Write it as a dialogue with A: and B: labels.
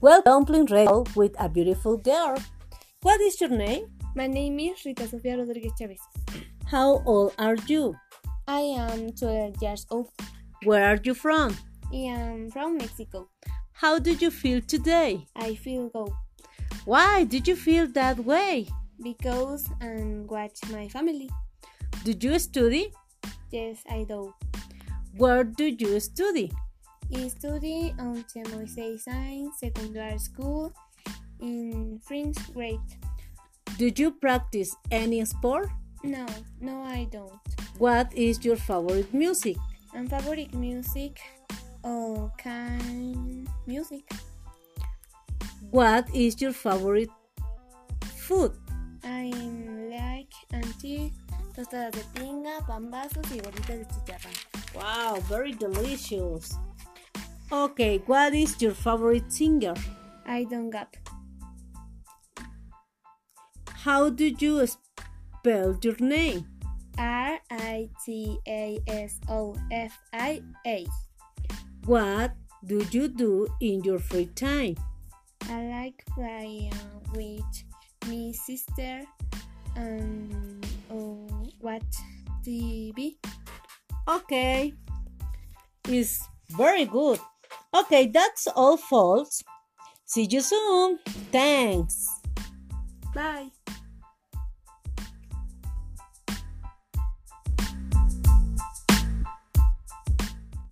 A: Well, Dumpling Radio with a beautiful girl. What is your name?
B: My name is Rita Sofia Rodriguez Chavez.
A: How old are you?
B: I am 12 years old.
A: Where are you from?
B: I am from Mexico.
A: How do you feel today?
B: I feel good
A: Why did you feel that way?
B: because and watch my family.
A: Did you study?
B: Yes, I do.
A: Where do you study?
B: I study on the Moisei Science Secondary School in French grade.
A: Did you practice any sport?
B: No, no, I don't.
A: What is your favorite music?
B: And favorite music, all kind music.
A: What is your favorite food?
B: I like anti tostadas de tinga, pambazos y bolitas de chicharrón.
A: Wow, very delicious. Okay, what is your favorite singer?
B: I don't gap.
A: How do you spell your name?
B: R I T A S O F I A.
A: What do you do in your free time?
B: I like playing with my sister and um, watch TV.
A: Okay. It's very good. Okay, that's all, folks. See you soon. Thanks.
B: Bye.